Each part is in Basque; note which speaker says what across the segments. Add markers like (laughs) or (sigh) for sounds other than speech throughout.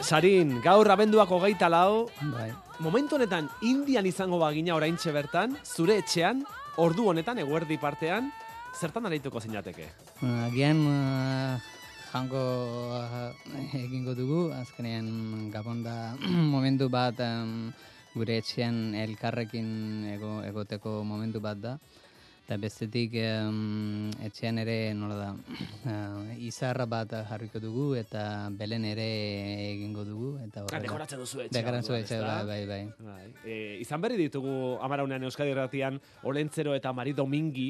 Speaker 1: Sarin, gaur abenduak hogeita lau,
Speaker 2: Bai.
Speaker 1: momentu honetan Indian izango bagina oraintxe bertan, zure etxean, ordu honetan, eguerdi partean, zertan araituko zinateke?
Speaker 2: Agian eh, jango eh, egingo dugu, azkenean gabon da (clears throat) momentu bat em, gure etxean elkarrekin ego, egoteko momentu bat da. Eta bestetik em, etxean ere nola da, (clears throat) eh, izarra bat jarriko dugu eta belen ere egingo dugu. Eta horrela.
Speaker 1: dekoratzen duzu Ah, etxea
Speaker 2: Dekoratzen
Speaker 1: orduan,
Speaker 2: duzu etxea,
Speaker 1: ezta?
Speaker 2: bai, bai, bai.
Speaker 1: Bai. E, izan berri ditugu amaraunean Euskadi Erratian, Olentzero eta Mari Domingi,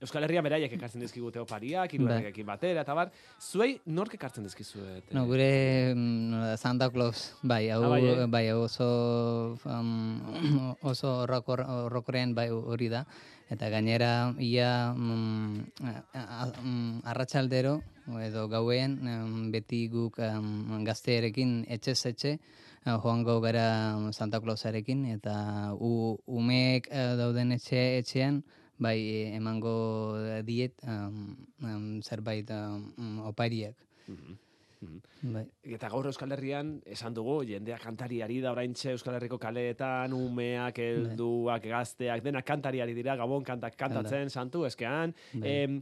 Speaker 1: Euskal Herria beraiek ekartzen dizkigute opariak,
Speaker 2: Bai.
Speaker 1: irugarrekin batera, eta bar, zuei nork ekartzen dizkizuet?
Speaker 2: No, gure mm, nola da, Santa Claus, bai, hau,
Speaker 1: Ah, bai, eh?
Speaker 2: bai, hau oso, um, (clears throat) oso horrokor, horrokorean bai hori da. Eta gainera, ia mm, a- a- mm, arratsaldero, edo gauean, em, beti guk em, gazteerekin etxez etxe, eh, joango gara Santa Clausarekin, eta u, umeek eh, dauden etxe, etxean, bai eh, emango diet em, em, zerbait em, opariak.
Speaker 1: Mhm,
Speaker 2: Bai.
Speaker 1: Eta gaur Euskal Herrian, esan dugu, jendea kantariari da oraintxe Euskal Herriko kaleetan, umeak,
Speaker 2: Bai.
Speaker 1: helduak, gazteak, dena kantariari dira, gabon kantak kantatzen, santu, eskean. Em,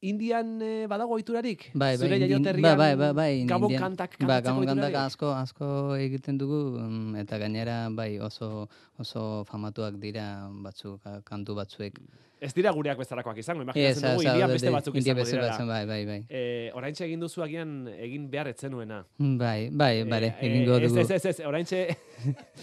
Speaker 1: Indian eh, badago oiturarik?
Speaker 2: Bai, bai,
Speaker 1: Zure
Speaker 2: indi-
Speaker 1: jaioterrian
Speaker 2: bai, bai, bai, bai,
Speaker 1: gabon
Speaker 2: indian-
Speaker 1: kantak
Speaker 2: bai,
Speaker 1: kantatzeko
Speaker 2: gabon kantak
Speaker 1: ohiturarik?
Speaker 2: asko, asko egiten dugu, mm, eta gainera, bai, oso, oso famatuak dira batzuk, ah, kantu batzuek.
Speaker 1: Ez dira gureak bezalakoak izango,
Speaker 2: Ez,
Speaker 1: imaginatzen dugu,
Speaker 2: ez, hau
Speaker 1: indian
Speaker 2: da,
Speaker 1: beste
Speaker 2: de-
Speaker 1: batzuk
Speaker 2: India
Speaker 1: izango
Speaker 2: beste
Speaker 1: direla.
Speaker 2: batzuk, bai, bai, bai.
Speaker 1: Eh, oraintxe egin duzu agian egin behar etzenuena.
Speaker 2: Bai, bai, bare,
Speaker 1: Eh,
Speaker 2: egingo
Speaker 1: eh,
Speaker 2: dugu.
Speaker 1: Ez, ez, ez, ez, oraintxe... (laughs)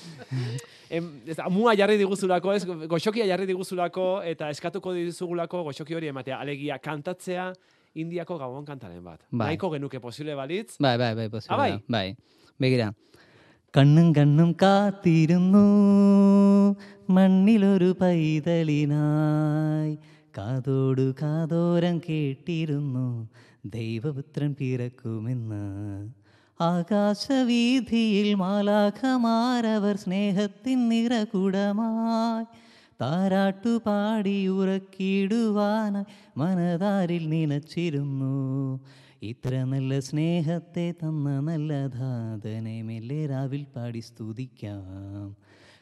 Speaker 1: em, ez, amua jarri diguzulako, ez, goxokia jarri diguzulako, eta eskatuko dizugulako goxoki hori ematea. Alegia, kantatzea Indiako gabon kantaren bat.
Speaker 2: Bai.
Speaker 1: Nahiko genuke posible
Speaker 2: (laughs)
Speaker 1: balitz.
Speaker 2: Bai, bai, bai, posible
Speaker 1: Ah, bai?
Speaker 2: da, bai. Begira. കണ്ണും കണ്ണും കാത്തിരുന്നു മണ്ണിലൊരു പൈതലിനായി കാതോടു കാതോരം കേട്ടിരുന്നു ദൈവപുത്രൻ പിറക്കുമെന്ന് ആകാശവീഥിയിൽ മാലാഖമാരവർ സ്നേഹത്തിൻ നിറകുടമായി താരാട്ടു പാടി ഉറക്കിടുവാനായി മനതാരിൽ നിലച്ചിരുന്നു ഇത്ര നല്ല സ്നേഹത്തെ തന്ന നല്ല ധാതനെ മെല്ലെ രാവിൽ പാടി സ്തുതിക്കാം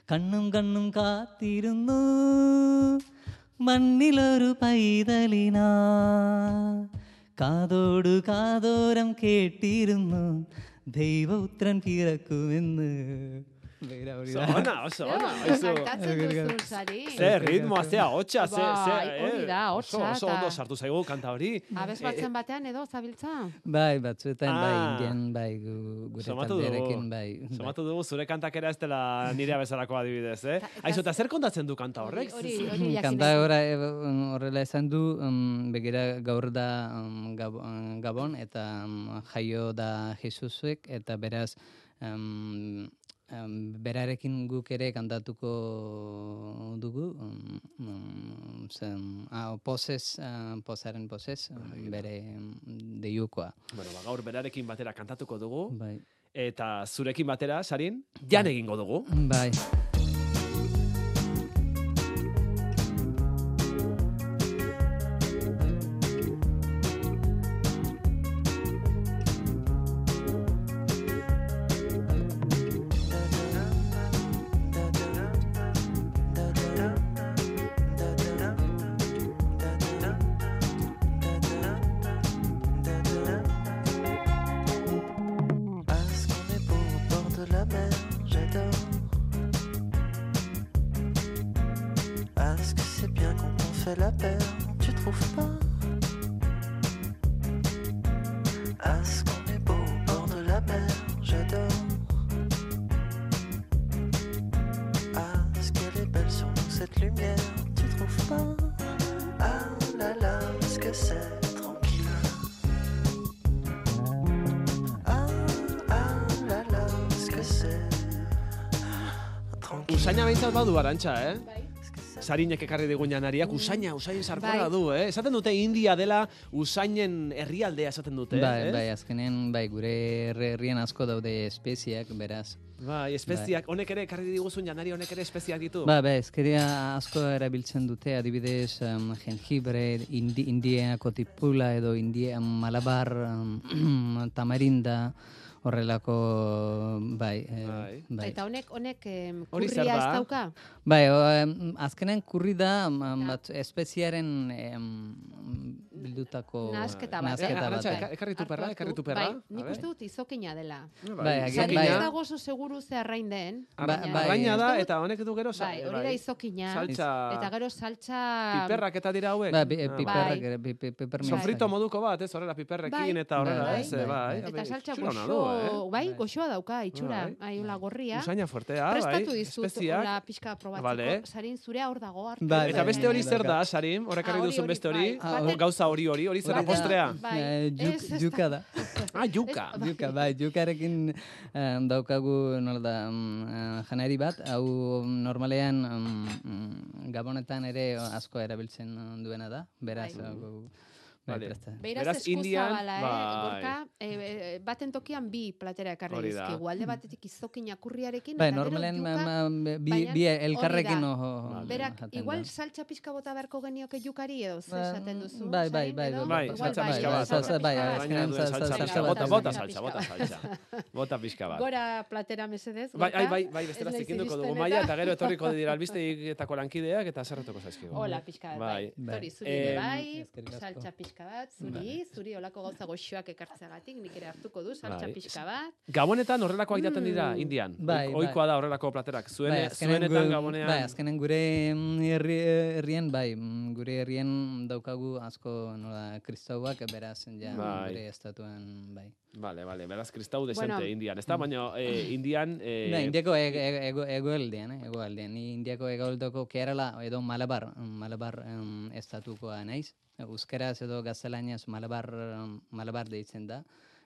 Speaker 2: കണ്ണും കണ്ണും കാത്തിരുന്നു മണ്ണിലൊരു പൈതലിനാ കാതോടു കാതോരം കേട്ടിരുന്നു ദൈവപുത്രൻ പിറക്കുമെന്ന് വേറെ
Speaker 1: Oso ona, oso ona.
Speaker 3: (laughs)
Speaker 1: oso-
Speaker 3: Kantatzen duzu, sari.
Speaker 1: Ze ritmoa, ze ahotsa, ze... ze
Speaker 3: Bai, hori
Speaker 1: eh,
Speaker 3: da,
Speaker 1: oso,
Speaker 3: ahotsa
Speaker 1: oso
Speaker 3: eta- Bai.
Speaker 1: ondo sartu zaigu kanta hori.
Speaker 3: Abez
Speaker 2: eh,
Speaker 3: batzen batean edo, zabiltza?
Speaker 2: bai batzuetan bai
Speaker 1: Ah.
Speaker 2: indian bai gu, gure
Speaker 1: Somatu dugu.
Speaker 2: taldearekin bai, bai.
Speaker 1: Somatu dugu, zure kantak era ez dela nirea bezalako adibidez, eh? Aizu, eta zer kontatzen du kanta horrek?
Speaker 3: Hori, hori, jakin
Speaker 2: Hmm, Kanta
Speaker 3: nahi-
Speaker 2: ora- e, um, horrela esan du, um, begira gaur da um, Gab- um, Gabon eta um, jaio da Jesusek, eta beraz, um, um, berarekin guk ere kantatuko dugu, um, um, zen, ah, pozez, ah, pozaren pozez, um,
Speaker 1: Bai.
Speaker 2: bere um, deiukoa.
Speaker 1: Bueno, ba, gaur berarekin batera kantatuko dugu.
Speaker 2: Bai.
Speaker 1: Eta zurekin batera, sarin, jan egingo dugu.
Speaker 2: Bai.
Speaker 4: Parce qu'on est beau au bord de la mer, j'adore. Parce que c'est bien quand on fait la paire, tu trouves pas Parce qu'on est beau au bord de la mer, j'adore. Parce qu'elle est belle sur nous cette lumière, tu trouves pas Ah là là, ce que c'est tranquille. Ah, ah, la la, ce que c'est. Tranquille.
Speaker 1: Usaina behintzat badu arantxa, eh?
Speaker 3: Bai.
Speaker 1: Sarinek ekarri digun janariak, usaina, usain sarkora
Speaker 3: Bai.
Speaker 1: du, eh? Esaten dute India dela usainen herrialdea esaten dute, eh?
Speaker 2: Bai,
Speaker 1: ez?
Speaker 2: bai, azkenean, bai, gure herri- herrian asko daude espeziak, beraz.
Speaker 1: Bai, espeziak, honek ere ekarri diguzun janari honek ere espeziak ditu.
Speaker 2: Ba, ba, ezkeria asko erabiltzen dute, adibidez, um, jengibre, indi, (clears throat) indiako tipula edo india, malabar, um, tamarinda, horrelako bai, eh,
Speaker 1: Bai.
Speaker 2: bai.
Speaker 3: Eta honek, honek em,
Speaker 1: Hori zer
Speaker 3: kurria ez
Speaker 1: da?
Speaker 3: dauka?
Speaker 2: Bai, o, em, azkenen kurri da em, em,
Speaker 3: Ja.
Speaker 2: bat, espeziaren em, bildutako
Speaker 3: Nahasketa bat.
Speaker 2: Oh, nahasketa bat,
Speaker 1: Arantxa,
Speaker 2: bai.
Speaker 1: eka- ekarri tu perra,
Speaker 3: Hartu,
Speaker 1: ekarri tu
Speaker 3: hartu.
Speaker 1: perra.
Speaker 3: Bai, nik uste dut izokina dela.
Speaker 2: Bai, agian
Speaker 3: Zari
Speaker 2: bai.
Speaker 3: ez dago oso seguru ze arrain den.
Speaker 2: Ba-
Speaker 3: baina-
Speaker 2: bai.
Speaker 1: Arraina da,
Speaker 3: Uste dut-
Speaker 1: eta honek du gero... sa-
Speaker 3: Bai, hori da izokina.
Speaker 1: Saltsa...
Speaker 3: Eta gero saltsa...
Speaker 1: Piperrak eta dira hauek.
Speaker 2: Ba, bi-
Speaker 1: Ah,
Speaker 2: piperrak,
Speaker 3: bai.
Speaker 2: ere, pi- pi- pipermintza.
Speaker 1: Sofrito moduko bat, ez, horrela piperrekin
Speaker 3: Bai.
Speaker 1: eta horrela,
Speaker 2: Bai.
Speaker 1: ez, eh, bai.
Speaker 3: Eta saltsa
Speaker 1: Itxura ona
Speaker 3: goxo,
Speaker 1: du, eh?
Speaker 3: bai,
Speaker 2: Bai.
Speaker 3: goxoa dauka, itxura.
Speaker 1: Bai.
Speaker 3: Bai, hola gorria.
Speaker 1: Usaina fuertea, bai.
Speaker 3: Prestatu dizut,
Speaker 1: espeziak.
Speaker 3: hola pixka probatzeko.
Speaker 1: Vale.
Speaker 3: Sarin zurea hor dago. hartu.
Speaker 2: Bai,
Speaker 1: Eta
Speaker 2: bai,
Speaker 1: beste
Speaker 2: bai,
Speaker 1: hori
Speaker 2: bai,
Speaker 1: zer
Speaker 2: bai.
Speaker 1: da, Sarim, horrek
Speaker 3: Ah,
Speaker 1: harri
Speaker 3: hori,
Speaker 1: duzun
Speaker 3: hori,
Speaker 1: beste hori,
Speaker 3: bai. Ah, hori.
Speaker 1: gauza hori hori, hori zer da
Speaker 2: Hori da-
Speaker 1: postrea.
Speaker 3: Bai,
Speaker 2: Eh, juk-
Speaker 3: ez, ez
Speaker 2: juka da.
Speaker 1: Ah, juka.
Speaker 3: Bai.
Speaker 2: Juka, bai, jukarekin eh, daukagu nola da, mm, eh, janari bat, hau normalean mm, mm, gabonetan ere asko erabiltzen duena da, beraz,
Speaker 3: Bai.
Speaker 2: hau- bai,
Speaker 1: Vale.
Speaker 2: presta.
Speaker 3: Beraz,
Speaker 1: Beraz,
Speaker 3: eskuza
Speaker 1: Indian,
Speaker 3: bala, eh?
Speaker 1: bai.
Speaker 3: Gorka, eh, eh, baten tokian bi platera ekarri
Speaker 1: Hori da.
Speaker 3: dizkigu. Alde batetik izokina kurriarekin,
Speaker 2: Hmm. Bai,
Speaker 3: eta gero
Speaker 2: normalen ma,
Speaker 3: yuka.
Speaker 2: ma, bi- bi,
Speaker 3: baina
Speaker 2: bi
Speaker 3: hori
Speaker 2: elkarrekin
Speaker 3: da.
Speaker 2: ojo.
Speaker 1: Vale.
Speaker 3: Berak,
Speaker 2: jaten da. Bai,
Speaker 3: igual saltsa pixka bota beharko genioke jukari edo, zer
Speaker 2: Ba,
Speaker 3: esaten duzu?
Speaker 2: Bai, bai,
Speaker 3: Sarin,
Speaker 2: bai.
Speaker 3: edo?
Speaker 1: Bai,
Speaker 3: Igual
Speaker 1: saltsa pixka
Speaker 2: bai,
Speaker 1: bat,
Speaker 2: saltsa,
Speaker 1: saltsa
Speaker 2: bai,
Speaker 3: pixka bat.
Speaker 2: azkenean
Speaker 1: Baina duen
Speaker 2: sal- sal-
Speaker 1: saltsa
Speaker 3: Venga,
Speaker 1: pixka
Speaker 2: saltsa
Speaker 1: bota,
Speaker 2: bat.
Speaker 1: bota
Speaker 2: egin.
Speaker 1: saltsa, bota saltsa. Bota pixka bat.
Speaker 3: Gora platera mesedez,
Speaker 1: Bai, ai,
Speaker 3: Gorka.
Speaker 1: bai, bai, bestela
Speaker 3: Ez naiz
Speaker 1: zikinduko dugu
Speaker 3: iristen
Speaker 1: maila
Speaker 3: eta-
Speaker 1: eta gero etorriko dira albizteetako lankideak eta zerretuko zaizkigu.
Speaker 3: Hola, pixka bat, bai.
Speaker 2: Bai.
Speaker 3: Tori, zuri
Speaker 1: Em,
Speaker 3: ere bai,
Speaker 2: eskerrik asko. Bai.
Speaker 3: saltsa pixka bat, zuri, zuri olako gauza goxoak ekartzeagatik, nik ere hartuko du, saltsa
Speaker 1: Bai.
Speaker 3: pixka bat.
Speaker 1: Gabonetan horrelakoak jaten dira
Speaker 3: Mm.
Speaker 1: Indian.
Speaker 2: Bai, bai.
Speaker 1: Ohikoa da horrelako platerak. Zuen,
Speaker 2: Bai, azkenen
Speaker 1: zuenetan
Speaker 2: gu-
Speaker 1: gabonean.
Speaker 2: Bai, azkenen gure mm, herri, herrien, bai, mm, gure herrien daukagu asko nola kristauak, beraz, ja,
Speaker 1: Bai.
Speaker 2: gure estatuan, bai.
Speaker 1: Vale, vale, beraz kristau desente
Speaker 3: Bueno.
Speaker 1: Indian. Ez da, baina
Speaker 2: Mm.
Speaker 1: eh, Indian... Eh,
Speaker 2: Ba, indiako ego, ego, egoaldean, eh, egoaldean. Ni indiako egoaldoko Kerala edo Malabar, Malabar em, estatukoa naiz. Euskeraz edo gaztelaniaz Malabar, em, Malabar deitzen da.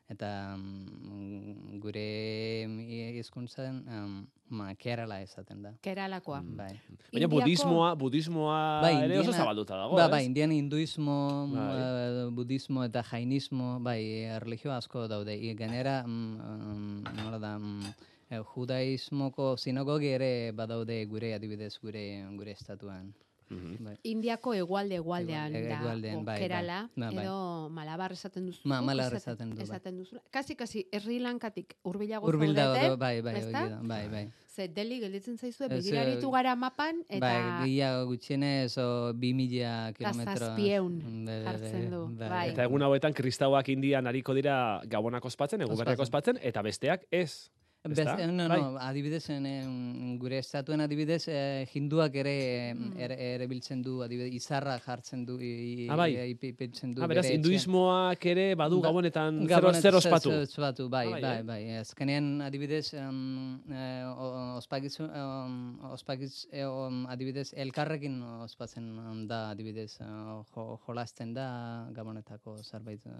Speaker 2: Eta mm, gure hizkuntzan em, ma, Kerala ezaten da.
Speaker 3: Keralakoa.
Speaker 1: Mm.
Speaker 2: Bai.
Speaker 1: Baina
Speaker 3: Indiako-
Speaker 1: budismoa, budismoa
Speaker 2: Bai,
Speaker 1: Ba, ere oso
Speaker 2: indiana-
Speaker 1: zabalduta dago,
Speaker 2: Ba,
Speaker 1: ez?
Speaker 2: ba, indian hinduismo, m,
Speaker 1: Bai.
Speaker 2: eh, budismo eta jainismo, bai, eh, erlijio asko daude. I, Gainera, mm, mm, nola da, mm, eh, judaismoko sinagogi ere badaude gure adibidez gure gure estatuan.
Speaker 1: Mhm.
Speaker 2: Bai.
Speaker 3: Indiako egualde egualdean
Speaker 2: Egualde-
Speaker 3: da,
Speaker 2: egualdean,
Speaker 3: o
Speaker 2: bai, bai.
Speaker 3: Kerala,
Speaker 2: Na, bai.
Speaker 3: edo Malabar esaten duzu.
Speaker 2: Ma- Malabar
Speaker 3: esaten-
Speaker 2: esaten du, bai.
Speaker 3: Esaten duzu. Kasi, kasi, Herri Lankatik urbilago
Speaker 2: Hurbil dago,
Speaker 3: zaudete,
Speaker 2: bai, bai,
Speaker 3: ezta?
Speaker 2: hori da, bai, bai.
Speaker 3: Ze deli gelditzen zaizue,
Speaker 2: Ez,
Speaker 3: begiraritu
Speaker 2: eh,
Speaker 3: gara mapan, eta
Speaker 2: Bai, gehiago gutxienez, o, 2000 kilometro.
Speaker 3: zazpieun
Speaker 2: Mm, bai, bai,
Speaker 3: hartzen du,
Speaker 2: bai,
Speaker 3: bai.
Speaker 1: Eta egun hauetan kristauak Indian hariko dira gabonak ospatzen, egun berriak ospatzen, eta besteak ez.
Speaker 2: Bez,
Speaker 1: Ezta?
Speaker 2: eh, no,
Speaker 1: Bai.
Speaker 2: no, adibidez, en, em, gure estatuen adibidez, eh, hinduak ere em, er- erabiltzen du, adibidez, izarra jartzen du, i- i-
Speaker 1: Ah, bai.
Speaker 2: i- i- ipintzen du.
Speaker 1: Ah, beraz,
Speaker 2: bere etxean.
Speaker 1: hinduismoak ere badu
Speaker 2: Ba-
Speaker 1: gabonetan zero,
Speaker 2: Gabonet-
Speaker 1: zer
Speaker 2: zer-
Speaker 1: ospatu.
Speaker 2: zer ospatu, bai,
Speaker 1: Ah, bai, eh?
Speaker 2: bai, bai. Azkenean, adibidez, em, eh, o- ospakizu, em, ospakitz- eh, om, adibidez, elkarrekin ospatzen em, da, adibidez, eh, jo, jolasten da gabonetako zerbait. eh,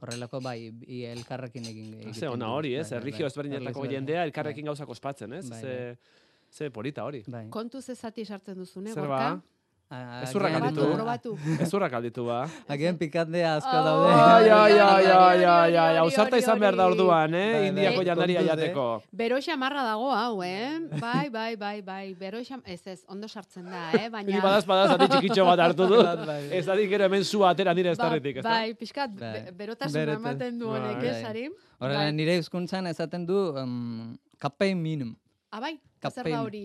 Speaker 2: Horrelako, bai, i- elkarrekin egin.
Speaker 1: Ah, Ze
Speaker 2: egiten
Speaker 1: ona
Speaker 2: du,
Speaker 1: hori,
Speaker 2: bai,
Speaker 1: ez?
Speaker 2: bai,
Speaker 1: Erlijio
Speaker 2: bai.
Speaker 1: ezberdinetako
Speaker 2: Erlijio
Speaker 1: jendea
Speaker 2: bai.
Speaker 1: elkarrekin gauzak ospatzen, ez?
Speaker 2: Bai,
Speaker 1: Ze, ze polita
Speaker 2: (laughs)
Speaker 1: hori.
Speaker 2: Bai.
Speaker 3: kontuz ezati sartzen duzune,
Speaker 1: Zer
Speaker 3: gorka.
Speaker 1: ba?
Speaker 2: A-
Speaker 1: Gezurrak
Speaker 2: agian-
Speaker 1: handitu.
Speaker 3: Probatu,
Speaker 1: Galdetu.
Speaker 2: (laughs)
Speaker 3: probatu.
Speaker 1: Ezurrak alditu ba.
Speaker 2: Agian pikantea asko
Speaker 3: Au.
Speaker 2: (laughs) daude.
Speaker 1: Ai, ai, ai, ai,
Speaker 3: Hori, hori,
Speaker 1: ai,
Speaker 3: hori,
Speaker 1: ai,
Speaker 3: hori,
Speaker 1: ausarta izan behar da
Speaker 3: hori.
Speaker 1: orduan,
Speaker 2: Bai,
Speaker 1: eh?
Speaker 2: bai,
Speaker 1: Indiako
Speaker 2: kontuz,
Speaker 1: jandaria
Speaker 2: eh?
Speaker 1: jateko.
Speaker 3: Bero xamarra dago hau, eh? Bai, bai, bai, bai. Bero xam... Ez ez, ondo sartzen da, eh?
Speaker 1: Ni
Speaker 3: Baina...
Speaker 1: badaz, badaz, ati txikitxo bat hartu du.
Speaker 2: Bat, bai.
Speaker 1: Ez da gero hemen zua atera nire ez
Speaker 3: Ba-
Speaker 1: tarritik, ez da?
Speaker 3: Bai, pixkat,
Speaker 2: Bai.
Speaker 3: be- berotasuna
Speaker 2: Berota-
Speaker 3: ematen du honek,
Speaker 1: Bai.
Speaker 3: ez, Arim?
Speaker 2: Horrela,
Speaker 3: Bai.
Speaker 2: nire hizkuntzan ezaten du um, kapein minum.
Speaker 3: Abai, Ah, bai, zer da
Speaker 2: Kapein.
Speaker 3: hori?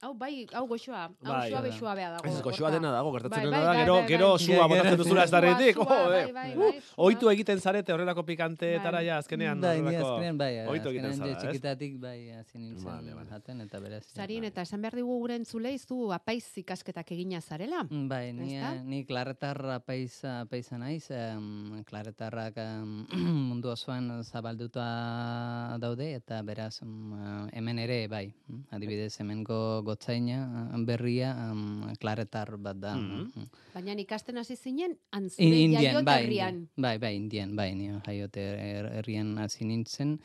Speaker 3: Hau, bai, hau goxoa, hau
Speaker 1: Bai.
Speaker 3: suabe suabea dago.
Speaker 1: Ez ez goxua
Speaker 3: gorka.
Speaker 1: dena dago, gertatzen
Speaker 3: Bai,
Speaker 1: dena
Speaker 3: bai,
Speaker 1: da,
Speaker 3: bai,
Speaker 1: gero,
Speaker 3: bai, bai.
Speaker 1: gero
Speaker 2: Gero,
Speaker 1: sua botatzen
Speaker 2: gero.
Speaker 1: duzula ez darretik.
Speaker 3: Sua, sua, bai, bai,
Speaker 1: Uh,
Speaker 3: bai, sua.
Speaker 1: Oitu egiten zarete horrelako pikanteetara
Speaker 3: Bai.
Speaker 1: ja, azkenean.
Speaker 2: Bai, ni
Speaker 1: horrelako
Speaker 2: azkenean, bai,
Speaker 1: Ohitu egiten
Speaker 2: azkenean
Speaker 1: zara,
Speaker 2: de
Speaker 1: ez?
Speaker 2: txikitatik, bai, hasi nintzen
Speaker 1: Vale, vale.
Speaker 2: jaten, eta beraz. ja.
Speaker 3: Zarin, eta esan behar digu gure entzulei, zu apaiz ikasketak egina zarela.
Speaker 2: Mm, Bai, ni,
Speaker 3: Ezta?
Speaker 2: eh, ni klaretarra paisa, paisa naiz, em, klaretarrak em, (clears throat) mundu osoan zabalduta daude, eta beraz mm, eh, hemen ere, bai, mm, adibidez hemengo gotzaina eh, berria em, klaretar bat da.
Speaker 1: Mhm.
Speaker 2: mm.
Speaker 3: Baina ikasten hasi zinen, antzure
Speaker 2: In-
Speaker 3: jaiot
Speaker 2: bai,
Speaker 3: herrian.
Speaker 2: Indian, bai, bai, indian, bai, ni jaiote her- herrian hasi nintzen,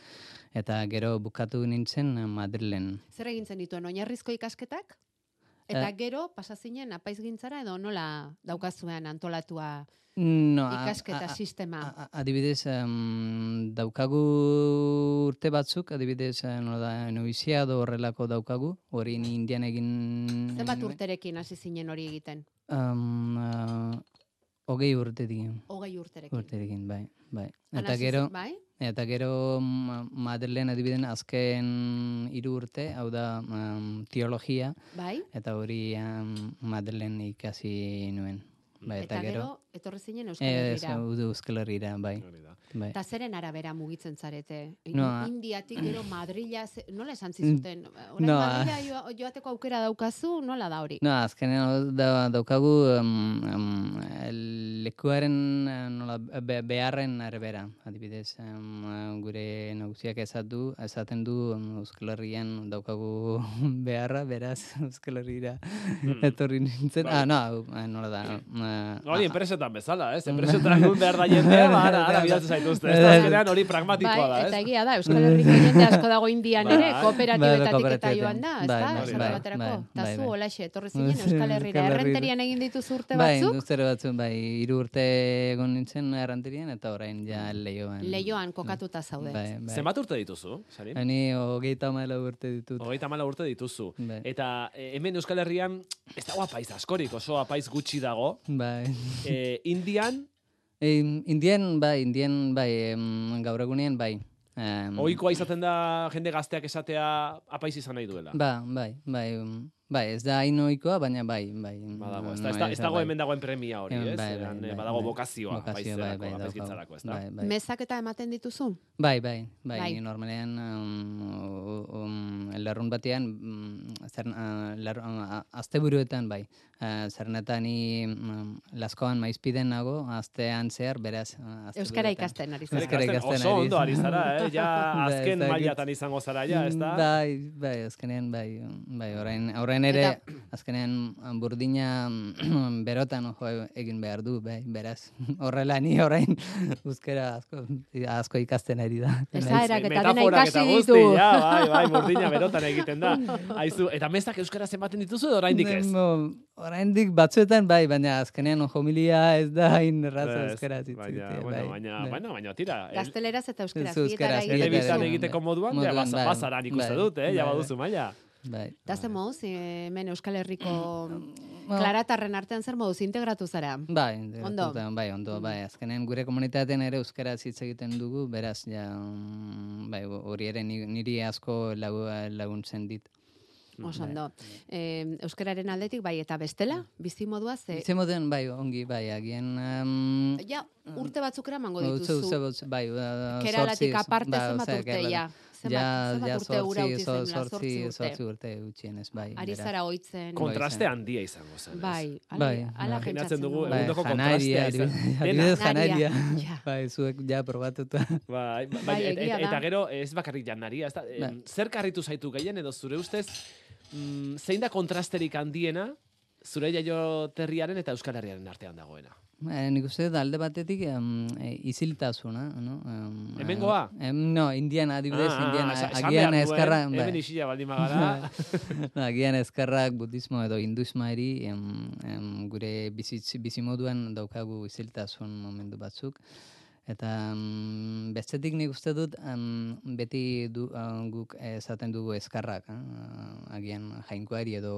Speaker 2: eta gero bukatu nintzen eh, Madrilen. Eh.
Speaker 3: Zer egintzen dituen, oinarrizko ikasketak? Eta gero, pasazinen apaizgintzara edo nola daukazuean antolatua
Speaker 2: No, a-
Speaker 3: ikasketa
Speaker 2: a- a-
Speaker 3: sistema.
Speaker 2: A- a- Adibidez, em, daukagu urte batzuk, adibidez, eh, nola da, noiziado horrelako daukagu, hori ni indian egin...
Speaker 3: Zenbat
Speaker 2: nuen.
Speaker 3: urterekin hasi zinen hori egiten?
Speaker 2: Em, eh, hogei urterekin,
Speaker 3: Hogei urterekin.
Speaker 2: urterekin, bai, bai.
Speaker 3: Han
Speaker 2: Eta
Speaker 3: hasi zen,
Speaker 2: gero,
Speaker 3: Bai?
Speaker 2: eta gero ma- Madrilen adibiden azken hiru urte, hau da em, teologia,
Speaker 3: Bai?
Speaker 2: eta hori em, Madrilen ikasi nuen. Bai,
Speaker 3: Eta, gero, etorri zinen Euskal
Speaker 2: Ez,
Speaker 3: Herriera.
Speaker 2: Euskal Euskal Herriera, bai.
Speaker 1: Hori da.
Speaker 2: bai.
Speaker 3: Eta zeren arabera mugitzen zarete? E, In-
Speaker 2: No, a- Mm.
Speaker 3: Indiatik gero Madrila, ze- nola esan zizuten? Orain
Speaker 2: No, a-
Speaker 3: Madrila joa- joateko aukera daukazu, nola da hori?
Speaker 2: No, azkenean hor da, daukagu um, um, lekuaren eh, nola, be, beharren arabera. Adibidez, em, eh, gure nagusiak esaten du, esaten du em, Euskal Herrian daukagu (laughs) beharra, beraz (laughs) Euskal Herriera
Speaker 1: Hmm.
Speaker 2: etorri nintzen.
Speaker 1: Bai.
Speaker 2: Ah, no, hau, eh, nola da. eh,
Speaker 1: Hori, enpresetan bezala, ez?
Speaker 3: Bai.
Speaker 1: Enpresetan egun behar da
Speaker 3: (laughs)
Speaker 1: jendea, ba, ara, ara, bidatzen zaituzte. Ez da, azkenean hori pragmatikoa da,
Speaker 3: Bai, eta
Speaker 1: ez?
Speaker 3: egia da, Euskal Herriko jende asko dago indian ere,
Speaker 1: Bai.
Speaker 3: kooperatibetatik
Speaker 2: Bai,
Speaker 3: eta joan da, ez
Speaker 2: bai,
Speaker 3: da,
Speaker 2: bai,
Speaker 3: esate
Speaker 1: bai,
Speaker 3: baterako.
Speaker 2: bai,
Speaker 3: Eta
Speaker 2: bai,
Speaker 3: zu,
Speaker 2: bai.
Speaker 3: olaxe, etorri
Speaker 2: (laughs)
Speaker 3: zinen Euskal
Speaker 2: Euskal
Speaker 3: Herrira,
Speaker 2: Herrira.
Speaker 3: errenterian egin dituzu urte
Speaker 2: bai,
Speaker 3: batzuk,
Speaker 2: urte batzuk, bai, hiru urte egon nintzen erranterian, eta orain ja leioan.
Speaker 3: leioan kokatuta zaude.
Speaker 2: Bai, bai.
Speaker 1: Hmm. Zenbat urte dituzu,
Speaker 3: Bai.
Speaker 1: Sarin?
Speaker 2: Hani hogeita maila urte ditut.
Speaker 1: Hogeita mala urte dituzu.
Speaker 2: Bai.
Speaker 1: Eta Oh. eh, hemen Euskal Herrian, ez dago apaiz askorik, oso apaiz gutxi dago.
Speaker 2: Bai.
Speaker 1: Eh, Indian,
Speaker 2: Em, Indien, bai, Indien, bai, em, gaur egunean, bai. Em,
Speaker 1: ohikoa izaten da jende gazteak esatea apaiz izan nahi duela.
Speaker 2: Ba, bai, bai, em, bai, ez da hain ohikoa, baina bai, bai.
Speaker 1: Badago, ez,
Speaker 2: No,
Speaker 1: da, ez, da, ez dago
Speaker 2: bai.
Speaker 1: hemen dagoen premia hori,
Speaker 2: Em,
Speaker 1: ez?
Speaker 2: bai, bai,
Speaker 1: Eran, eh,
Speaker 2: bai,
Speaker 1: badago
Speaker 2: bai.
Speaker 1: bokazioa,
Speaker 2: Bokazioa, bai, bai,
Speaker 1: apaizerako,
Speaker 2: daukagu.
Speaker 1: apaizgintzarako, ez da?
Speaker 2: Bai, bai.
Speaker 3: Mezak eta ematen dituzu?
Speaker 2: Bai, bai, bai,
Speaker 3: Bai.
Speaker 2: ni normalean um, um, larrun batean, mm, zer, uh, lar, uh, asteburuetan bai, uh, zernetani um, laskoan maizpiden nago, astean zehar, beraz, uh, asteburuetan.
Speaker 3: Euskara ikasten ari
Speaker 1: Zer
Speaker 3: zara.
Speaker 2: Euskara
Speaker 1: ikasten,
Speaker 2: ikasten
Speaker 1: Oso
Speaker 2: ari
Speaker 1: ondo ari
Speaker 2: zara.
Speaker 1: zara, eh?
Speaker 2: (laughs)
Speaker 1: Ja
Speaker 2: Ba, ez
Speaker 1: azken
Speaker 2: dakit.
Speaker 1: mailatan izango zara, ja, ez da?
Speaker 2: Bai, bai, azkenean, bai, bai, orain, orain ere, azkenean burdina (clears throat) berotan jo egin behar du, bai, beraz, (laughs) horrela ni orain euskara asko, asko ikasten ari da.
Speaker 3: Esaerak eta dena
Speaker 1: Metaforak
Speaker 3: ikasi
Speaker 1: eta guzti,
Speaker 3: ditu.
Speaker 1: Ja, bai, bai, burdina berotan egiten
Speaker 3: (laughs)
Speaker 1: da. Aizu, eta mezak euskaraz ematen dituzu edo oraindik ez?
Speaker 2: Mo, oraindik batzuetan bai, baina azkenean familia ez da hain erraza bai,
Speaker 1: Ez,
Speaker 2: euskara
Speaker 1: Baina,
Speaker 2: zitzitea.
Speaker 1: bueno, baina, baina, baina, tira. el-
Speaker 3: Gazteleraz eta euskeraz.
Speaker 2: Zu
Speaker 3: bietara
Speaker 2: euskaraz,
Speaker 3: egiten
Speaker 2: bietara
Speaker 3: duzu.
Speaker 1: Elebitan
Speaker 2: bai,
Speaker 1: egiteko moduan, ja,
Speaker 2: Moduan,
Speaker 1: basa-
Speaker 2: bai,
Speaker 1: basaran ikusten
Speaker 2: bai,
Speaker 1: dut, eh? Ja
Speaker 2: bai,
Speaker 1: baduzu maila.
Speaker 2: bai.
Speaker 3: Eta ze moduz, eh, hemen Euskal Herriko klaratarren artean zer moduz integratu zara?
Speaker 2: Bai,
Speaker 3: Ondo. Mm.
Speaker 2: ondo. bai, ondo, bai, azkenean gure komunitatean ere euskaraz hitz egiten dugu, beraz, ja, mm, bai, hori ere ni- niri asko lagu, laguntzen dit. Mm.
Speaker 3: Oso ondo.
Speaker 2: Bai.
Speaker 3: Eh, euskararen aldetik bai eta bestela, bizimodua ze...
Speaker 2: Itze moden, bai, ongi, bai, agian... Um,
Speaker 3: Ja, urte batzuk eramango
Speaker 2: utze- utze-
Speaker 3: dituzu.
Speaker 2: utze- bai, uh,
Speaker 3: Keralatik
Speaker 2: zortzi-
Speaker 3: aparte
Speaker 2: bai,
Speaker 3: zenbat
Speaker 2: osea,
Speaker 3: urte,
Speaker 2: kerala-
Speaker 3: ja? Zenbat- zenbat
Speaker 2: ja,
Speaker 3: urte hura
Speaker 2: zortzi-
Speaker 3: utzi
Speaker 2: zo-
Speaker 3: zenuela, zortzi
Speaker 2: zortzi-
Speaker 3: urte.
Speaker 2: zortzi urte utxienez, bai.
Speaker 3: Ari
Speaker 2: beraz.
Speaker 3: zara oitzen.
Speaker 2: Kon-
Speaker 1: Kontraste handia izango zen. ez?
Speaker 3: Bai, ala,
Speaker 2: Bai,
Speaker 3: ala
Speaker 2: bai.
Speaker 1: Imaginatzen
Speaker 3: pentsatzen
Speaker 1: dugu,
Speaker 3: dugu.
Speaker 2: Bai,
Speaker 1: egundoko kontrastea
Speaker 2: janaria,
Speaker 1: izan.
Speaker 2: adibidez-
Speaker 1: Dena.
Speaker 2: adibidez
Speaker 3: Janaria,
Speaker 2: janaria,
Speaker 3: ja.
Speaker 2: bai, zuek ja probatuta.
Speaker 1: Bai, bai,
Speaker 3: Bai,
Speaker 1: et- et-
Speaker 3: egia da.
Speaker 1: eta gero ez bakarrik janaria, ezta? Em,
Speaker 2: Bai.
Speaker 1: Zer karritu zaitu gehien edo zure ustez mm, zein da kontrasterik handiena zure jaioterriaren eta Euskal Herriaren artean dagoena?
Speaker 2: Eh, nik uste dut alde batetik em, eh, isiltasuna, no? Em,
Speaker 1: Hemengoa?
Speaker 2: eh, em, no, indiana, adibidez,
Speaker 1: ba? Ah, ah,
Speaker 2: indiana.
Speaker 1: ah, sa- esan behar
Speaker 2: agian
Speaker 1: du, eh?
Speaker 2: eskarra, bai.
Speaker 1: Hemen isila baldin bagara.
Speaker 2: (laughs) No, agian eskarrak budismo edo hindusmari em, em, gure bizitz, bizimoduan daukagu isiltasun momentu batzuk. Eta em, bestetik nik uste dut em, beti du, em, guk esaten dugu eskarrak, eh? agian jainkoari edo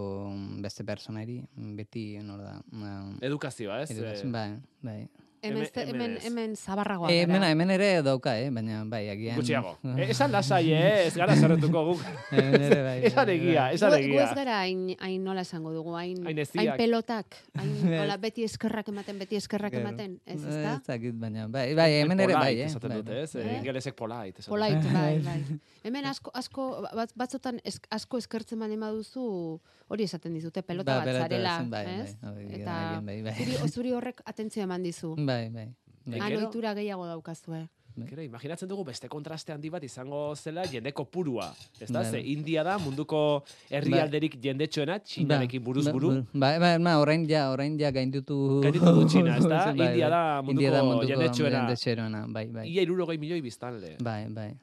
Speaker 2: beste personari, beti, nor da, em,
Speaker 1: Edukazioa, ez?
Speaker 2: edukazio-
Speaker 1: Eh,
Speaker 2: bai, bai.
Speaker 3: Hemen,
Speaker 1: Hemen-
Speaker 3: hemen,
Speaker 1: hemen ez.
Speaker 3: hemen zabarragoa.
Speaker 2: E, hemen,
Speaker 3: gara.
Speaker 2: hemen ere dauka, eh? baina bai, agian... (laughs)
Speaker 1: Gutxiago. Eh, Esan lasai, eh? Ez gara zarretuko guk.
Speaker 2: Hemen ere (laughs) bai.
Speaker 1: (laughs) Esan egia, esan
Speaker 3: Gu- Gu ez
Speaker 1: egia.
Speaker 3: gara hain, hain nola esango dugu, hain,
Speaker 1: Hain
Speaker 3: hain,
Speaker 1: eziak.
Speaker 3: pelotak,
Speaker 2: (laughs)
Speaker 3: hain hola, beti eskerrak ematen, beti eskerrak
Speaker 2: Gero.
Speaker 3: ematen, ez
Speaker 2: Eh,
Speaker 3: ezta?
Speaker 2: Ez dakit, baina bai, bai, hemen ere bai,
Speaker 1: Polite
Speaker 2: eh?
Speaker 1: Esaten
Speaker 2: bai,
Speaker 1: dute,
Speaker 2: bai.
Speaker 1: ez? Eh, Ingelesek polite. esaten
Speaker 3: Polait,
Speaker 2: (laughs)
Speaker 3: bai, bai. Hemen asko, asko bat, batzotan esk, asko eskertzen baden baduzu, hori esaten dizute,
Speaker 2: Ba,
Speaker 3: pelota bat
Speaker 2: pelota
Speaker 3: zarela,
Speaker 2: zen, bai, bai,
Speaker 3: ez?
Speaker 2: hori da,
Speaker 3: Eta
Speaker 2: agian bai, bai.
Speaker 3: zuri, zuri horrek atentzio eman dizu.
Speaker 2: Bai, bai.
Speaker 1: Bai.
Speaker 3: Han
Speaker 1: Gero-
Speaker 3: ohitura gehiago daukazue.
Speaker 1: Gero, imaginatzen dugu beste kontraste handi bat izango zela jende kopurua. Ez da,
Speaker 2: Bai.
Speaker 1: ze India da munduko herrialderik jendetsuena, txinarekin buruz
Speaker 2: Ba,
Speaker 1: buru.
Speaker 2: bu- Bai, bai, ma, orain ja, orain ja gainditu...
Speaker 1: Gainditu du Txina, ez da?
Speaker 2: (laughs) Bai, bai.
Speaker 1: India da munduko
Speaker 2: India da munduko
Speaker 1: jendetsuena.
Speaker 2: jendetsuena, bai, bai.
Speaker 1: Ia irurogei milioi biztanle.
Speaker 2: Bai, bai.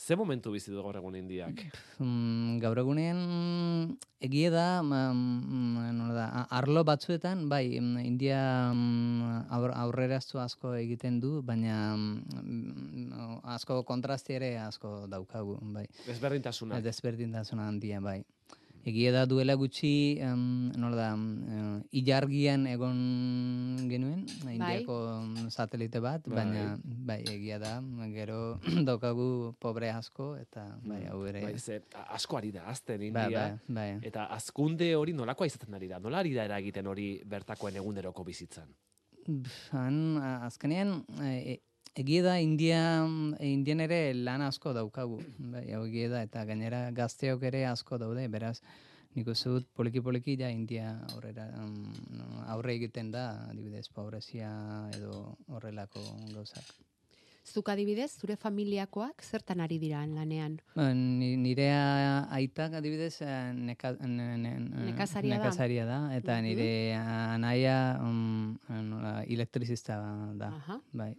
Speaker 1: Ze momentu bizi du gaur egun indiak?
Speaker 2: Mm, gaur egunean egie da, mm, nola da, a- arlo batzuetan, bai, mm, India mm, aur, aurreraztu asko egiten du, baina mm, asko kontraste ere asko daukagu, bai.
Speaker 1: Ezberdintasuna.
Speaker 2: Ez desberdintasuna handia, bai. Egia da duela gutxi, em, nola da, em, ilargian egon genuen, Indiako em, satelite bat, baina, bai, egia da, gero (clears throat) daukagu pobre asko, eta, bai, hau ere.
Speaker 1: Bai, ze, a- asko ari da, azten India. Eh.
Speaker 2: Bai, bai, bai.
Speaker 1: Eta azkunde hori nolakoa izaten ari da? Nola ari da eragiten hori bertakoen eguneroko bizitzan?
Speaker 2: Pff, Han, a- azkenean, e, e- egia da India, e, Indian ere lan asko daukagu. Bai, hau egia da, eta gainera gazteok ere asko daude, beraz, nik uste dut poliki-poliki ja India aurrera, mm, aurre egiten da, adibidez, pobrezia edo horrelako gauzak.
Speaker 3: Zuk adibidez, zure familiakoak zertan ari dira han lanean.
Speaker 2: Ba, ni- Nire aitak adibidez eh, neka, ne, ne,
Speaker 3: Nekazaria da.
Speaker 2: nekazaria da. eta
Speaker 3: Mhm.
Speaker 2: nire anaia um, nola, elektrizista da.
Speaker 3: Aha.
Speaker 2: Bai.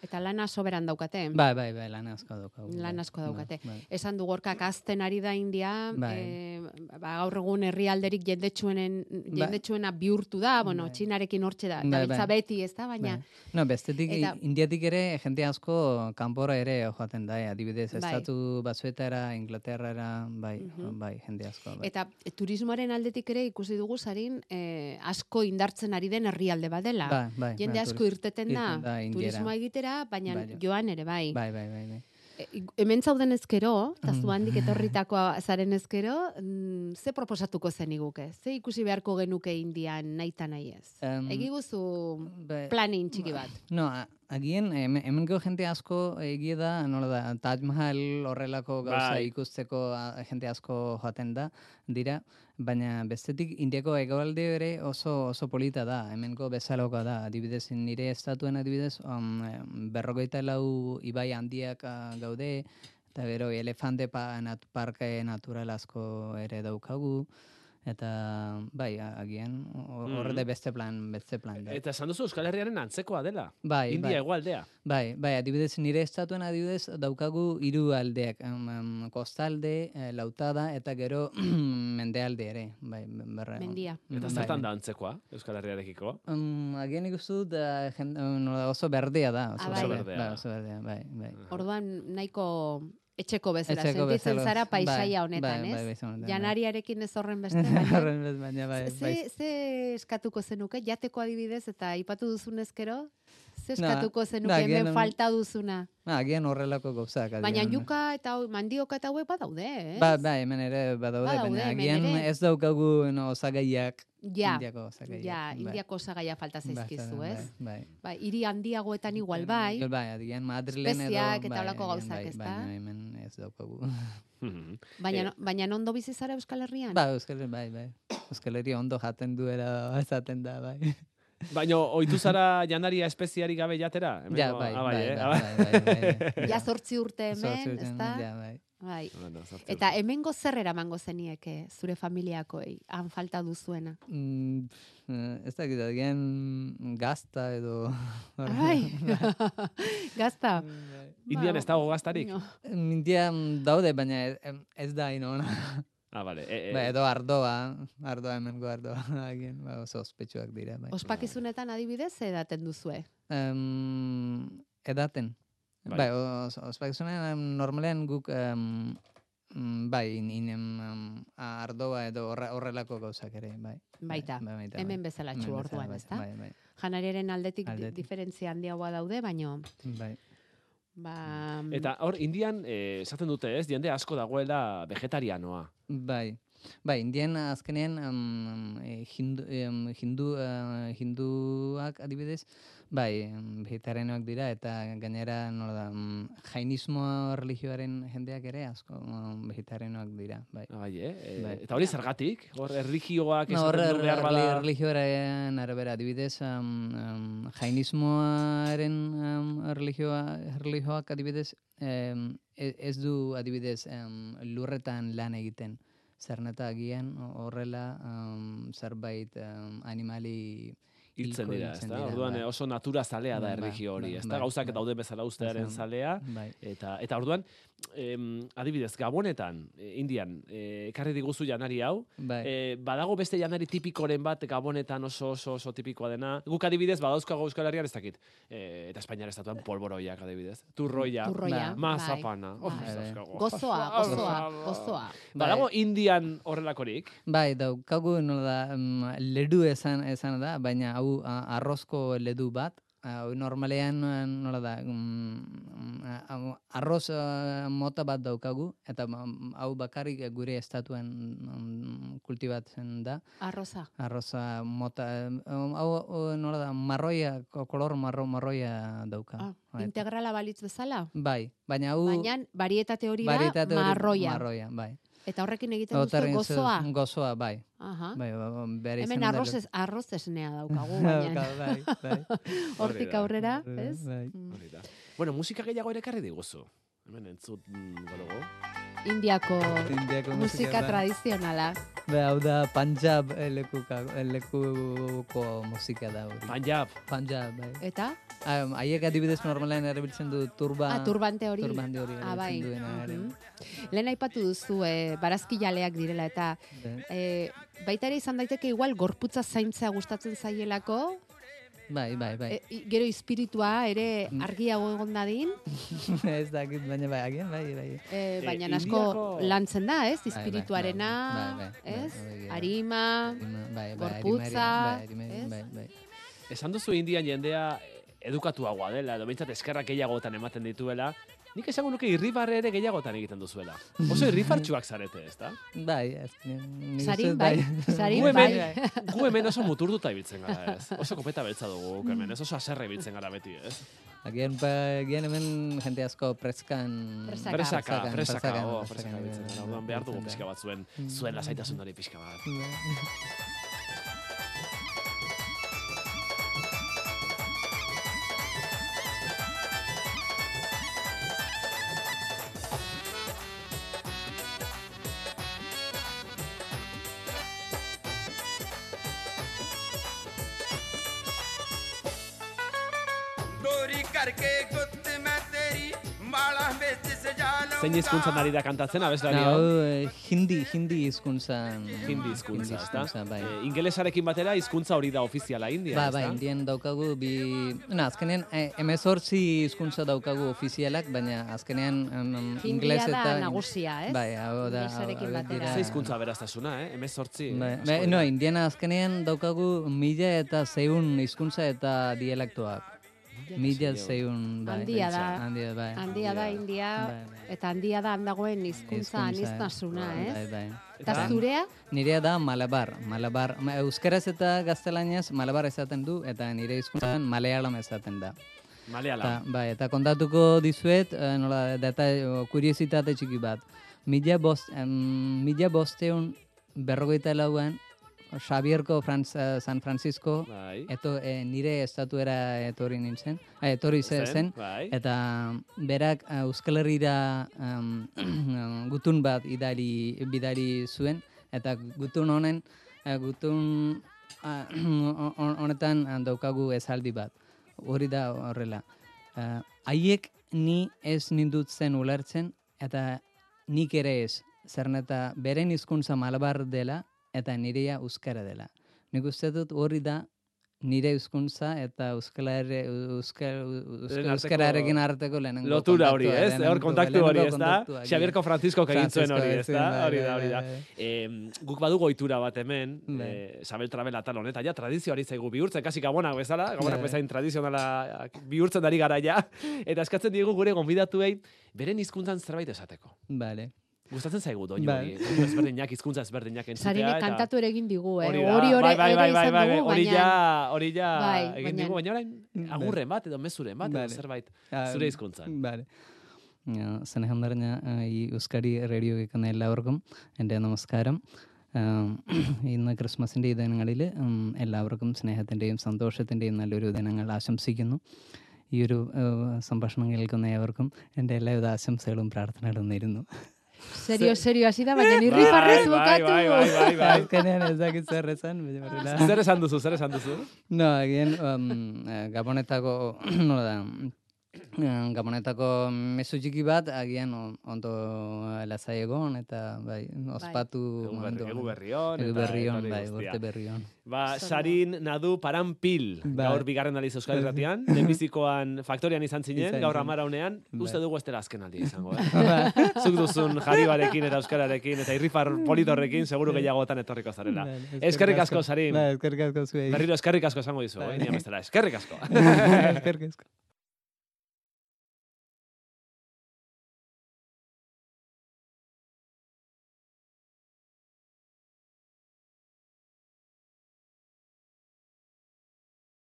Speaker 3: Eta lana soberan daukate.
Speaker 2: Bai, bai, bai, lan asko daukagu.
Speaker 3: Lan
Speaker 2: bai,
Speaker 3: asko daukate.
Speaker 2: Bai,
Speaker 3: Esan du gorkak azten ari da India,
Speaker 2: Bai.
Speaker 3: eh, ba, gaur egun herrialderik jendetsuenen
Speaker 2: Bai.
Speaker 3: jendetsuena bihurtu da, bueno,
Speaker 2: Bai.
Speaker 3: txinarekin hortxe da,
Speaker 2: Bai,
Speaker 3: dabiltza
Speaker 2: bai.
Speaker 3: beti, ez da, baina
Speaker 2: bai. No, bestetik,
Speaker 3: Eta-
Speaker 2: indiatik ere, jente asko kanpora ere joaten da, eh, adibidez,
Speaker 3: Bai.
Speaker 2: estatu batzuetara, Inglaterrara, bai, bai, jende asko. Bai.
Speaker 3: Eta e, turismoaren aldetik ere ikusi dugu sarin eh, asko indartzen ari den herrialde badela.
Speaker 2: Bai, bai,
Speaker 3: Jende
Speaker 2: bai,
Speaker 3: asko
Speaker 2: turi-
Speaker 3: irteten da,
Speaker 2: irten da Indiara.
Speaker 3: turismoa egitera, baina
Speaker 2: Bai.
Speaker 3: joan ere bai.
Speaker 2: bai, Mm. bai, bai, bai.
Speaker 3: E, ik- hemen zauden ezkero, eta zu handik etorritakoa zaren ezkero, mm, ze proposatuko zeniguke? Ze ikusi beharko genuke Indian nahi eta nahi ez?
Speaker 2: Em,
Speaker 3: Egiguzu
Speaker 2: Bai.
Speaker 3: planin txiki bat.
Speaker 2: No, a- agian, hemen, hemengo jente asko egia da, nola da, Taj Mahal horrelako gauza
Speaker 1: Bai.
Speaker 2: ikusteko a, jente asko joaten da, dira, baina bestetik Indiako egoalde ere oso oso polita da, hemengo bezaloka da, adibidez, nire estatuen adibidez, um, em, berrogeita lau ibai handiak ah, gaude, eta gero elefante pa, nat, parke natural asko ere daukagu, eta bai, a- agian, hor- horre de beste plan, beste plan da.
Speaker 1: Mm. Eta esan duzu Euskal Herriaren antzekoa dela.
Speaker 2: Bai,
Speaker 1: India
Speaker 2: bai.
Speaker 1: egualdea.
Speaker 2: Bai, bai, adibidez, nire estatuan adibidez daukagu hiru aldeak, em, em, kostalde, eh, lautada eta gero (clears throat) mendealde ere, bai, berra.
Speaker 3: Mendia.
Speaker 2: Bai.
Speaker 1: Eta zertan da antzekoa Euskal Herriarekiko?
Speaker 2: Um, agian ikustu da jen- eh, em, nola oso berdea da.
Speaker 3: Ah, bai. Oso
Speaker 1: berdea.
Speaker 2: Bai, oso berdea, bai, bai.
Speaker 1: Ah.
Speaker 3: Orduan nahiko etxeko bezala,
Speaker 2: Etxeko
Speaker 3: sentitzen
Speaker 2: bezala.
Speaker 3: zara
Speaker 2: Bai,
Speaker 3: paisaia
Speaker 2: bai,
Speaker 3: honetan,
Speaker 2: bai,
Speaker 3: ez?
Speaker 2: bai, izan honetan, bai. (laughs)
Speaker 3: Janariarekin ez horren beste, baina
Speaker 2: Horren bez- baina bai,
Speaker 3: ze,
Speaker 2: bai.
Speaker 3: ze eskatuko zenuke, jateko adibidez, eta aipatu duzunezkero, ze
Speaker 2: Na,
Speaker 3: eskatuko zenuke
Speaker 2: da,
Speaker 3: hemen
Speaker 2: agian-
Speaker 3: falta duzuna.
Speaker 2: Ah, agian horrelako gauzak.
Speaker 3: Baina
Speaker 2: agian.
Speaker 3: yuka eta hau- mandioka eta hauek badaude, ez?
Speaker 2: Ba, bai, hemen ere badaude,
Speaker 3: Badaude,
Speaker 2: baina
Speaker 3: hemen
Speaker 2: agian
Speaker 3: ere.
Speaker 2: ez daukagu no, osagaiak.
Speaker 3: ja,
Speaker 2: Indiako osagaiak.
Speaker 3: ja,
Speaker 2: bai.
Speaker 3: indiako osagaia falta zaizkizu,
Speaker 2: Bai,
Speaker 3: ez?
Speaker 2: Bai.
Speaker 3: Ba, hiri handiagoetan igual bai,
Speaker 2: Bai, agian Madrilen edo...
Speaker 3: Espeziak eta
Speaker 2: bai,
Speaker 3: holako
Speaker 2: agian
Speaker 3: gauzak,
Speaker 2: bai,
Speaker 3: ezta?
Speaker 2: Baina hemen ez daukagu.
Speaker 1: Mhm.
Speaker 3: baina,
Speaker 1: Eh.
Speaker 3: baina ondo bizi zara Euskal
Speaker 2: (laughs)
Speaker 3: Herrian?
Speaker 2: ba, Euskal Herri, bai, bai. Euskal Herri ondo jaten duela (laughs) esaten da, bai.
Speaker 1: Baina, oitu zara janaria espeziari gabe jatera? Hemengo-
Speaker 2: Ja, bai,
Speaker 1: ah,
Speaker 2: bai,
Speaker 1: eh? Ah,
Speaker 2: bai, bai, bai, bai.
Speaker 3: (laughs) ja zortzi urte
Speaker 2: Zortzi
Speaker 3: hemen,
Speaker 2: urte
Speaker 3: ezta?
Speaker 2: Ja, bai.
Speaker 3: Bai.
Speaker 1: Bueno, zortzi
Speaker 3: Eta hemengo zer eramango zenieke zure familiakoei, han falta
Speaker 1: (laughs)
Speaker 3: duzuena.
Speaker 2: Mm, pff, eh, ez dakit, agian gazta edo... (laughs)
Speaker 1: Bai.
Speaker 2: Mm,
Speaker 3: Ai, (laughs) gazta.
Speaker 1: Indian
Speaker 3: Ba,
Speaker 1: ez dago gaztarik?
Speaker 3: no.
Speaker 2: Mindia bai. mm, daude, baina ez- em, ez da inona.
Speaker 1: Ah, bale. E, e,
Speaker 2: Ba, edo ardoa, ardoa hemengo ardoa, (laughs) agian, ba, oso ospetsuak dira, bai.
Speaker 3: Ospakizunetan adibidez ze edaten duzue.
Speaker 2: um, edaten.
Speaker 1: Bai.
Speaker 2: Bai, bai os, ospakizunean em, normalean guk em, mm, bai, in, in, em, em, ardoa edo horre- horrelako gauzak ere, bai.
Speaker 3: Baita,
Speaker 2: Bai, baita,
Speaker 3: hemen
Speaker 2: bai.
Speaker 3: bezala
Speaker 2: Hemen
Speaker 3: txu
Speaker 2: bezala,
Speaker 3: orduan,
Speaker 2: bai,
Speaker 3: ezta?
Speaker 2: Bai, bai,
Speaker 3: Janariaren aldetik, di-
Speaker 2: Aldetik.
Speaker 3: diferentzia handiagoa daude, baino
Speaker 2: bai.
Speaker 3: ba,
Speaker 1: Eta hor, Indian, eh, esaten dute ez, jende asko dagoela vegetarianoa.
Speaker 2: Bai. Bai, indian azkenean um, hindu, em, hindu, eh, hinduak adibidez, bai, em, vegetarianoak dira eta gainera nola da, mm, jainismo religioaren jendeak ere asko um, vegetarianoak dira, bai.
Speaker 1: Ah, bai, eh? E,
Speaker 2: Bai.
Speaker 1: Eta hori zergatik? Hor, erligioak
Speaker 2: No,
Speaker 1: esaten
Speaker 2: horre
Speaker 1: du behar bada...
Speaker 2: religioaren arabera, adibidez, um, um, jainismoaren um, religioa, religioak adibidez, um, e- ez du adibidez um, lurretan lan egiten. Zerneta agian horrela um, zerbait um, animali
Speaker 1: hiltzen dira,
Speaker 2: hiltzen
Speaker 1: ezta?
Speaker 2: dira,
Speaker 1: Orduan
Speaker 2: bai.
Speaker 1: eh, oso natura zalea da
Speaker 2: Bai,
Speaker 1: erlijio hori,
Speaker 2: bai,
Speaker 1: ezta?
Speaker 2: bai,
Speaker 1: Gauzak
Speaker 2: bai.
Speaker 1: dauden bezala ustearen
Speaker 2: Esan-
Speaker 1: zalea
Speaker 2: Bai.
Speaker 1: eta eta orduan em, adibidez Gabonetan, eh, Indian, eh, ekarri diguzu janari hau,
Speaker 2: Bai.
Speaker 1: Eh, badago beste janari tipikoren bat Gabonetan oso oso oso tipikoa dena. Guk adibidez badauzkago Euskal Herrian ez dakit. Eh, eta Espainiar estatuan polboroiak adibidez. Turroia,
Speaker 3: Turroia, bai.
Speaker 1: mazapana. Oh,
Speaker 3: Bai.
Speaker 1: ez dauzkago.
Speaker 3: Gozoa, gozoa, gozoa.
Speaker 1: Bai. Badago Indian horrelakorik.
Speaker 2: Bai, daukagu nola da, mm, ledu esan, esan da, baina hau a- arrozko ledu bat, hau normalean eh, nola da, mm, a- hau arroz eh, mota bat daukagu, eta mm, hau bakarrik gure estatuan mm, kultibatzen da,
Speaker 3: Arroza.
Speaker 2: arroza mota, eh, hau hau nola da, marroia, ko- kolor marro marroia dauka.
Speaker 3: Ah,
Speaker 2: Eta-
Speaker 3: integrala balitz bezala.
Speaker 2: Bai, baina hau...
Speaker 3: Baina varietate hori da
Speaker 2: varietate hori-
Speaker 3: marroia.
Speaker 2: marroia, bai.
Speaker 3: Eta horrekin egiten duzu
Speaker 2: Otarren zu-
Speaker 3: gozoa.
Speaker 2: Gozoa, bai.
Speaker 3: Aha.
Speaker 2: bai, bai, bere
Speaker 3: Hemen
Speaker 2: izena da-
Speaker 3: arroz, ez- arroz esnea
Speaker 2: (laughs)
Speaker 3: daukagu, baina
Speaker 2: bai,
Speaker 3: (laughs)
Speaker 2: bai.
Speaker 1: Hori
Speaker 3: hortik
Speaker 1: da.
Speaker 3: aurrera, ez? Mm.
Speaker 2: Bai.
Speaker 1: Hori da. Bueno, musika gehiago ere ekarri diguzu. Hemen entzut mm, godogo.
Speaker 3: Indiako
Speaker 2: Indiako
Speaker 3: musika
Speaker 2: bai.
Speaker 3: tradizionala.
Speaker 2: Bai, hau da Punjab eh, lekuka, eh, lekuko musika da hori.
Speaker 1: Punjab.
Speaker 2: Punjab, bai.
Speaker 3: Eta?
Speaker 2: Ah, Haiek adibidez normalean erabiltzen du turba...
Speaker 3: Ah, turbante hori.
Speaker 2: Turbante hori
Speaker 3: Ah, bai.
Speaker 2: erabiltzen duena.
Speaker 3: Mhm. Lehen aipatu duzu, eh, barazkilaleak direla, eta
Speaker 2: ere.
Speaker 3: eh, baita ere izan daiteke igual gorputza zaintza gustatzen zaielako,
Speaker 2: Bai, bai, bai. (laughs) Mm.
Speaker 3: eh, i- gero espiritua ere argiago egon dadin,
Speaker 2: Ez dakit, baina bai, agian, bai, bai.
Speaker 3: eh,
Speaker 1: Eh,
Speaker 3: baina asko
Speaker 1: Indiako-
Speaker 3: lantzen da, ez?
Speaker 2: bai,
Speaker 3: Espirituarena,
Speaker 2: bai, bai, bai,
Speaker 3: ez?
Speaker 2: bai, bai.
Speaker 3: Arima,
Speaker 2: Bai, bai,
Speaker 3: Gorputza,
Speaker 2: bai, bai,
Speaker 3: ez?
Speaker 2: bai, bai.
Speaker 1: Esan duzu Indian jendea eh, edukatuagoa dela, edo behintzat eskerrak gehiagotan ematen dituela. Nik esango nuke irribarre ere gehiagotan egiten duzuela. Oso irrifartxuak zarete, ezta?
Speaker 2: Bai, azkenean, nik uste
Speaker 3: sarin
Speaker 2: dut,
Speaker 3: bai,
Speaker 1: Gu
Speaker 3: sarin
Speaker 1: hemen,
Speaker 3: bai.
Speaker 1: (laughs) gu hemen oso muturduta ibiltzen gara, ez? Oso kopeta beltza dugu, guk hemen, ez oso aserre ibiltzen gara beti, ez?
Speaker 2: Agian, ba, agian hemen jende asko preskan...
Speaker 3: Presaka.
Speaker 1: Presaka,
Speaker 2: Presakan,
Speaker 1: presaka,
Speaker 2: presakan,
Speaker 1: oh,
Speaker 2: presakan
Speaker 1: presaka ibiltzen gara. Orduan behar dugu pixka bat zuen,
Speaker 2: Mm.
Speaker 1: zuen lasaitasun hori pixka bat.
Speaker 5: डोरी करके गुत्त मैं तेरी माला में सजा लूंगा
Speaker 1: Zein hizkuntzan ari da kantatzen, abeslari
Speaker 2: Na,
Speaker 1: hau?
Speaker 2: hau, eh, hindi, hindi hizkuntzan...
Speaker 1: Hindi hizkuntza, ezta?
Speaker 2: hizkuntza, bai.
Speaker 1: Eh, ingelesarekin batera hizkuntza hori da ofiziala India,
Speaker 2: Ba, ba,
Speaker 1: ezta?
Speaker 2: indian daukagu bi... Na, azkenean, eh, emezortzi hizkuntza daukagu ofizialak, baina azkenean em, em,
Speaker 3: Hindia
Speaker 2: ingeles
Speaker 3: da
Speaker 2: eta...
Speaker 3: nagusia, ez?
Speaker 2: Bai, hau da... hau-
Speaker 3: Ingelesarekin
Speaker 2: hauek
Speaker 3: batera.
Speaker 2: dira-
Speaker 1: Ze hizkuntza beraztasuna, eh? Hemen sortzi.
Speaker 2: Bai, bai, no, indiana azkenean daukagu mila eta zeun hizkuntza eta dialektoak. Mila zeun, bai.
Speaker 3: Handia da.
Speaker 2: Handia, bai.
Speaker 3: Handia da India,
Speaker 2: Bai, bai.
Speaker 3: eta handia da handagoen
Speaker 2: Hizkuntza,
Speaker 3: hizkuntza anistasuna,
Speaker 2: Bai,
Speaker 3: ez?
Speaker 2: bai.
Speaker 3: Eta zurea,
Speaker 2: Nirea da Malabar, Malabar, ma- euskeraz eta gaztelaniaz Malabar esaten du eta nire hizkuntzan Malayalam esaten da.
Speaker 1: Maleala.
Speaker 2: Eta, bai, eta kontatuko dizuet, eh, nola, data kuriositate txiki bat. Mila, bost, em, mila bosteun berrogeita lauan, Xabierko Franz, eh, San Francisco,
Speaker 1: Bai.
Speaker 2: eto, eh, nire estatuera etorri nintzen, eh, etorri ze- zen,
Speaker 1: bai.
Speaker 2: Eta berak eh, Euskal Herrira em, (clears throat) gutun bat idari, bidari zuen, eta gutun honen, eh, gutun ah, (clears throat) hon- honetan eh, daukagu esaldi bat. Hori da horrela. Eh, Haiek ni ez nindutzen ulertzen, eta nik ere ez. Zeren eta beren hizkuntza malabar dela, eta nirea euskara dela. Nik uste dut hori da nire hizkuntza eta euskal herri euskal euskal-
Speaker 1: Lehen arteko-
Speaker 2: euskararekin arteko lehenengo
Speaker 1: Lotura hori,
Speaker 2: kontaktua,
Speaker 1: ez? Hor
Speaker 2: lehenengo-
Speaker 1: kontaktu hori,
Speaker 2: lehenengo
Speaker 1: ez da?
Speaker 2: kontaktua,
Speaker 1: Xabierko Francisco egin zuen hori, ez
Speaker 2: Francisco,
Speaker 1: da?
Speaker 2: bai,
Speaker 1: Hori da,
Speaker 2: bai,
Speaker 1: hori da.
Speaker 2: bai, bai.
Speaker 1: Em, guk badugu ohitura bat hemen,
Speaker 2: Bai.
Speaker 1: eh, Sabel Trabel atal honetan, ja tradizio ari zaigu bihurtzen, kasi gabonak bezala, gabonak
Speaker 2: Bai.
Speaker 1: bezain tradizionala bihurtzen ari gara ja, eta eskatzen diegu gure gonbidatuei, beren hizkuntzan zerbait esateko.
Speaker 2: Bale.
Speaker 1: Gustatzen zaigu doinu
Speaker 2: Bai.
Speaker 1: hori, doinu ezberdinak, hizkuntza ezberdinak entzutea.
Speaker 3: sarine
Speaker 1: eta-
Speaker 3: kantatu ere egin digu, eh?
Speaker 1: da,
Speaker 3: Hori hori
Speaker 1: bai, bai,
Speaker 3: ere
Speaker 1: bai, bai,
Speaker 3: izan
Speaker 1: bai,
Speaker 3: dugu,
Speaker 1: hori
Speaker 3: baina...
Speaker 1: ja, hori ja
Speaker 3: Bai,
Speaker 1: egin
Speaker 3: baina-
Speaker 1: digu, baina orain agurren bat edo mezuren bat
Speaker 2: Bai.
Speaker 1: edo zerbait
Speaker 2: Ah,
Speaker 1: zure hizkuntzan.
Speaker 2: Vale. ഞാൻ സ്നേഹം നിറഞ്ഞ ആ, ഈ ഉസ്കടി റേഡിയോ കേൾക്കുന്ന എല്ലാവർക്കും എൻ്റെ നമസ്കാരം ആം, ഇന്ന് ക്രിസ്മസിൻ്റെ ഈ ദിനങ്ങളിൽ ഉം, എല്ലാവർക്കും സ്നേഹത്തിൻ്റെയും സന്തോഷത്തിൻ്റെയും നല്ലൊരു ദിനങ്ങൾ ആശംസിക്കുന്നു ഈ ഒരു ആ, സംഭാഷണം കേൾക്കുന്ന ഏവർക്കും എൻ്റെ എല്ലാവിധ ആശംസകളും പ്രാർത്ഥനകളും നേരുന്നു
Speaker 3: Serio, serio, hasi da, baina nirri parrez
Speaker 1: Eh, bai,
Speaker 3: bukatu.
Speaker 1: bai, bai, bai, bai.
Speaker 2: Azkenean ez dakit zer esan, baina horrela.
Speaker 1: Zer esan duzu, zer esan duzu?
Speaker 2: No, egin um, eh, Gabonetako, (clears throat) nola da, em, Gabonetako mezu txiki bat, agian on- ondo eh, lasai egon, eta bai, ospatu...
Speaker 1: Egu Bai. berri- egu
Speaker 2: ondo.
Speaker 1: berrion,
Speaker 2: Egu
Speaker 1: eta
Speaker 2: berrion,
Speaker 1: etorri
Speaker 2: bai,
Speaker 1: guztia.
Speaker 2: urte berrion.
Speaker 1: Ba, sarin nadu paranpil,
Speaker 2: Bai.
Speaker 1: gaur bigarren aliz Euskal
Speaker 2: (laughs)
Speaker 1: Herratian, lehenbizikoan faktorian izan zinen,
Speaker 2: Izan
Speaker 1: gaur
Speaker 2: zen.
Speaker 1: amaraunean, uste
Speaker 2: Bai.
Speaker 1: dugu estela azken aldia izango, eh? (laughs)
Speaker 2: (laughs)
Speaker 1: Zuk duzun jaribarekin eta euskararekin eta irrifar politorrekin seguru gehiagotan etorriko zarela.
Speaker 2: Bai,
Speaker 1: Eskerrik asko, sarin.
Speaker 2: Bai, eskerrik asko zuei. Bai.
Speaker 1: Berriro (laughs) eskerrik asko esango dizu, eh? Ni bestela, eskerrik asko.
Speaker 2: (laughs) eskerrik asko.